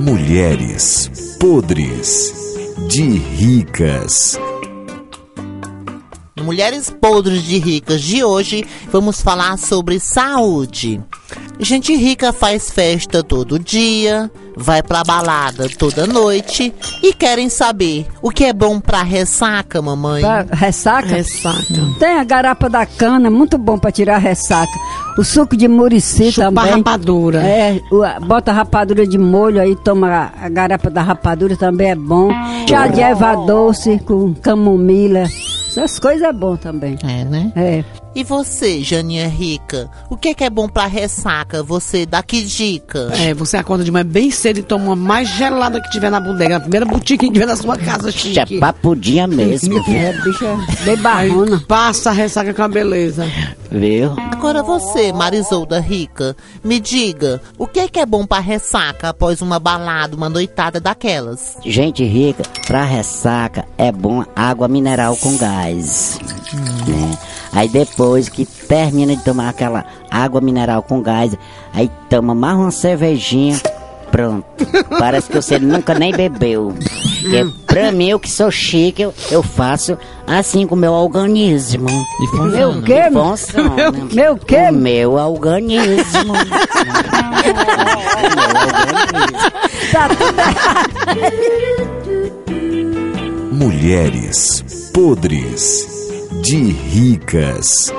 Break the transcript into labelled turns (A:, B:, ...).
A: Mulheres podres de ricas.
B: No Mulheres Podres de Ricas de hoje, vamos falar sobre saúde. Gente rica faz festa todo dia, vai pra balada toda noite e querem saber o que é bom pra ressaca, mamãe.
C: Pra ressaca?
D: Ressaca.
C: Tem a garapa da cana, muito bom pra tirar a ressaca. O suco de murici
D: Chupa
C: também.
D: rapadura.
C: É, o- a- bota a rapadura de molho aí, toma a, a garapa da rapadura também é bom. Chá de erva doce com camomila. Essas coisas é bom também.
B: É, né?
C: É.
B: E você, Janinha Rica, o que é, que é bom pra ressaca? Você dá que dica?
D: É, você acorda de manhã bem cedo e toma uma mais gelada que tiver na bodega, a primeira botica que tiver na sua casa,
E: Bicha,
D: chique.
E: papudinha mesmo,
C: É, bicha, bem
D: Aí
C: barrona.
D: passa a ressaca com a beleza.
E: viu?
B: Agora você, Marisolda Rica, me diga, o que é, que é bom pra ressaca após uma balada, uma noitada daquelas?
E: Gente rica, pra ressaca é bom água mineral com gás. Né? Aí depois que termina de tomar aquela água mineral com gás, aí toma mais uma cervejinha, pronto. Parece que você nunca nem bebeu. Porque pra mim, eu que sou chique, eu, eu faço assim com o meu organismo.
F: E
C: Meu
F: funciona.
C: É quê?
E: Funciona.
C: Meu quê?
E: O meu organismo.
C: Tá tudo
A: Mulheres podres de ricas.